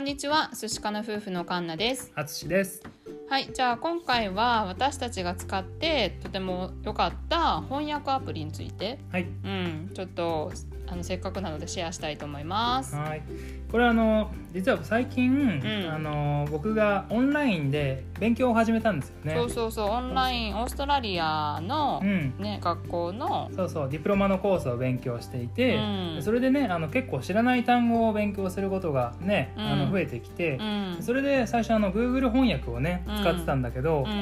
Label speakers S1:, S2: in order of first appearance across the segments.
S1: んにちは寿司かな夫婦のカンナです
S2: あつしです。
S1: はいじゃあ今回は私たちが使ってとても良かった翻訳アプリについて
S2: はい。
S1: うんちょっとあのせっかくなのでシェアしたいと思います
S2: はい。これあの実は最近、
S1: ん
S2: あの僕がオンラインで勉強を始めたんですよね。
S1: そうそうそうオンラインオーストラリアの
S2: う、ん。
S1: ね、学校の
S2: そうそうディプロマのコースを勉強していて、
S1: うん
S2: それでねあの結構知らない単語を勉強することがね、
S1: うん
S2: あの増えてきて
S1: う、ん
S2: それで最初あの Google 翻訳をね
S1: うん
S2: 使ってたんだけど、
S1: うんうん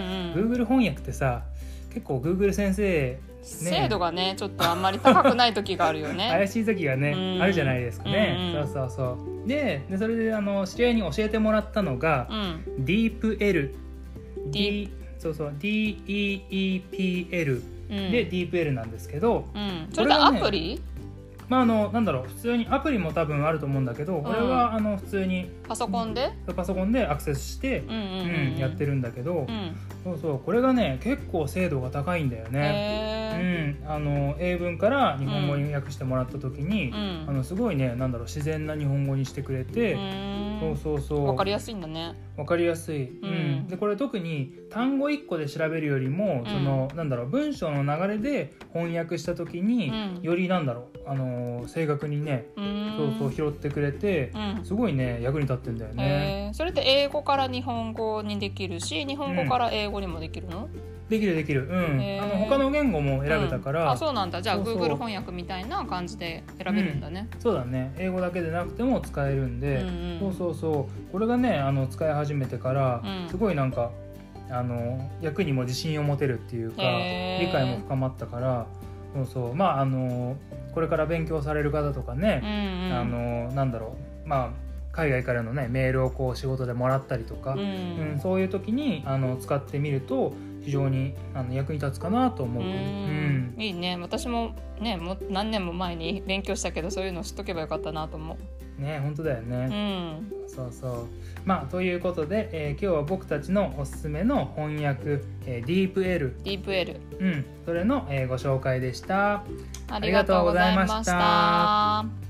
S2: Google 翻訳ってさ結構 Google 先生
S1: 精度がねちょっとあんまり高くない時があるよ ね
S2: 怪しい時がね、
S1: うん
S2: あるじゃないですかね、
S1: うんうん
S2: そうそうそうででそれであの知り合いに教えてもらったのが、
S1: うん
S2: ディープ L
S1: Deep
S2: D そうそう DEEPL
S1: うん
S2: でディープ L なんですけど、
S1: うんそれってアプリ、
S2: まああのなんだろう普通にアプリも多分あると思うんだけど、俺はあの普通に
S1: パソコンで、
S2: パソコンでアクセスして
S1: う、んうんう
S2: う
S1: んんうん
S2: やってるんだけど、
S1: うん
S2: そうそうこれがね結構精度が高いんだよね、
S1: へ
S2: うん、あの英文から日本語に訳してもらった時に
S1: ーう、ん
S2: あのすごいねなんだろう自然な日本語にしてくれて、
S1: うん
S2: そうそうそう
S1: わかりやすいんだね。
S2: わかりやすい、
S1: う
S2: うんんでこれ特に単語1個で調べるよりも、
S1: ん
S2: そのなんだろう文章の流れで翻訳した時に、
S1: うん
S2: よりなんだろう、あのー正確にね
S1: うん
S2: そうそう拾ってくれて
S1: う、ん。
S2: すごいね役に立ってんだよね、
S1: へーそれって英語から日本語にできるし、日本語から英語にもできるの？
S2: できるできる、うん
S1: へー
S2: あの他の言語も選べたから、
S1: うんあ、
S2: そう
S1: そうなんだ。じゃあ
S2: そうそう
S1: Google 翻訳みたいな感じで選べるんだね。
S2: だね英語だけでなくても使えるん
S1: うん
S2: で、
S1: う
S2: そ
S1: ん
S2: うそうそうこれがねあの使い始めてから、
S1: うん
S2: すごいなんかあの役にも自信を持てるっていうか
S1: へー
S2: 理解も深まったからそうそうまああのこれから勉強される方とか
S1: う
S2: ね、
S1: んうん。
S2: あのなんだろうまあ海外からのねメールをこう仕事でもらったりとか、
S1: う
S2: うん
S1: ん。
S2: そういう時にあの使ってみると非常にあの役に立つかなと思う。
S1: うんいいね私もねもう何年も前に勉強したけどそういうの知っとけばよかったなと思う。
S2: うんね本当だよね。
S1: うん、
S2: そうそうまあということで、えー今日は僕たちのおすすめの翻訳、えー、ディープ L、
S1: ディープ L
S2: うん、それの、えーご紹介でした。
S1: ありがとうございま
S2: ありがとうございま
S1: し
S2: したた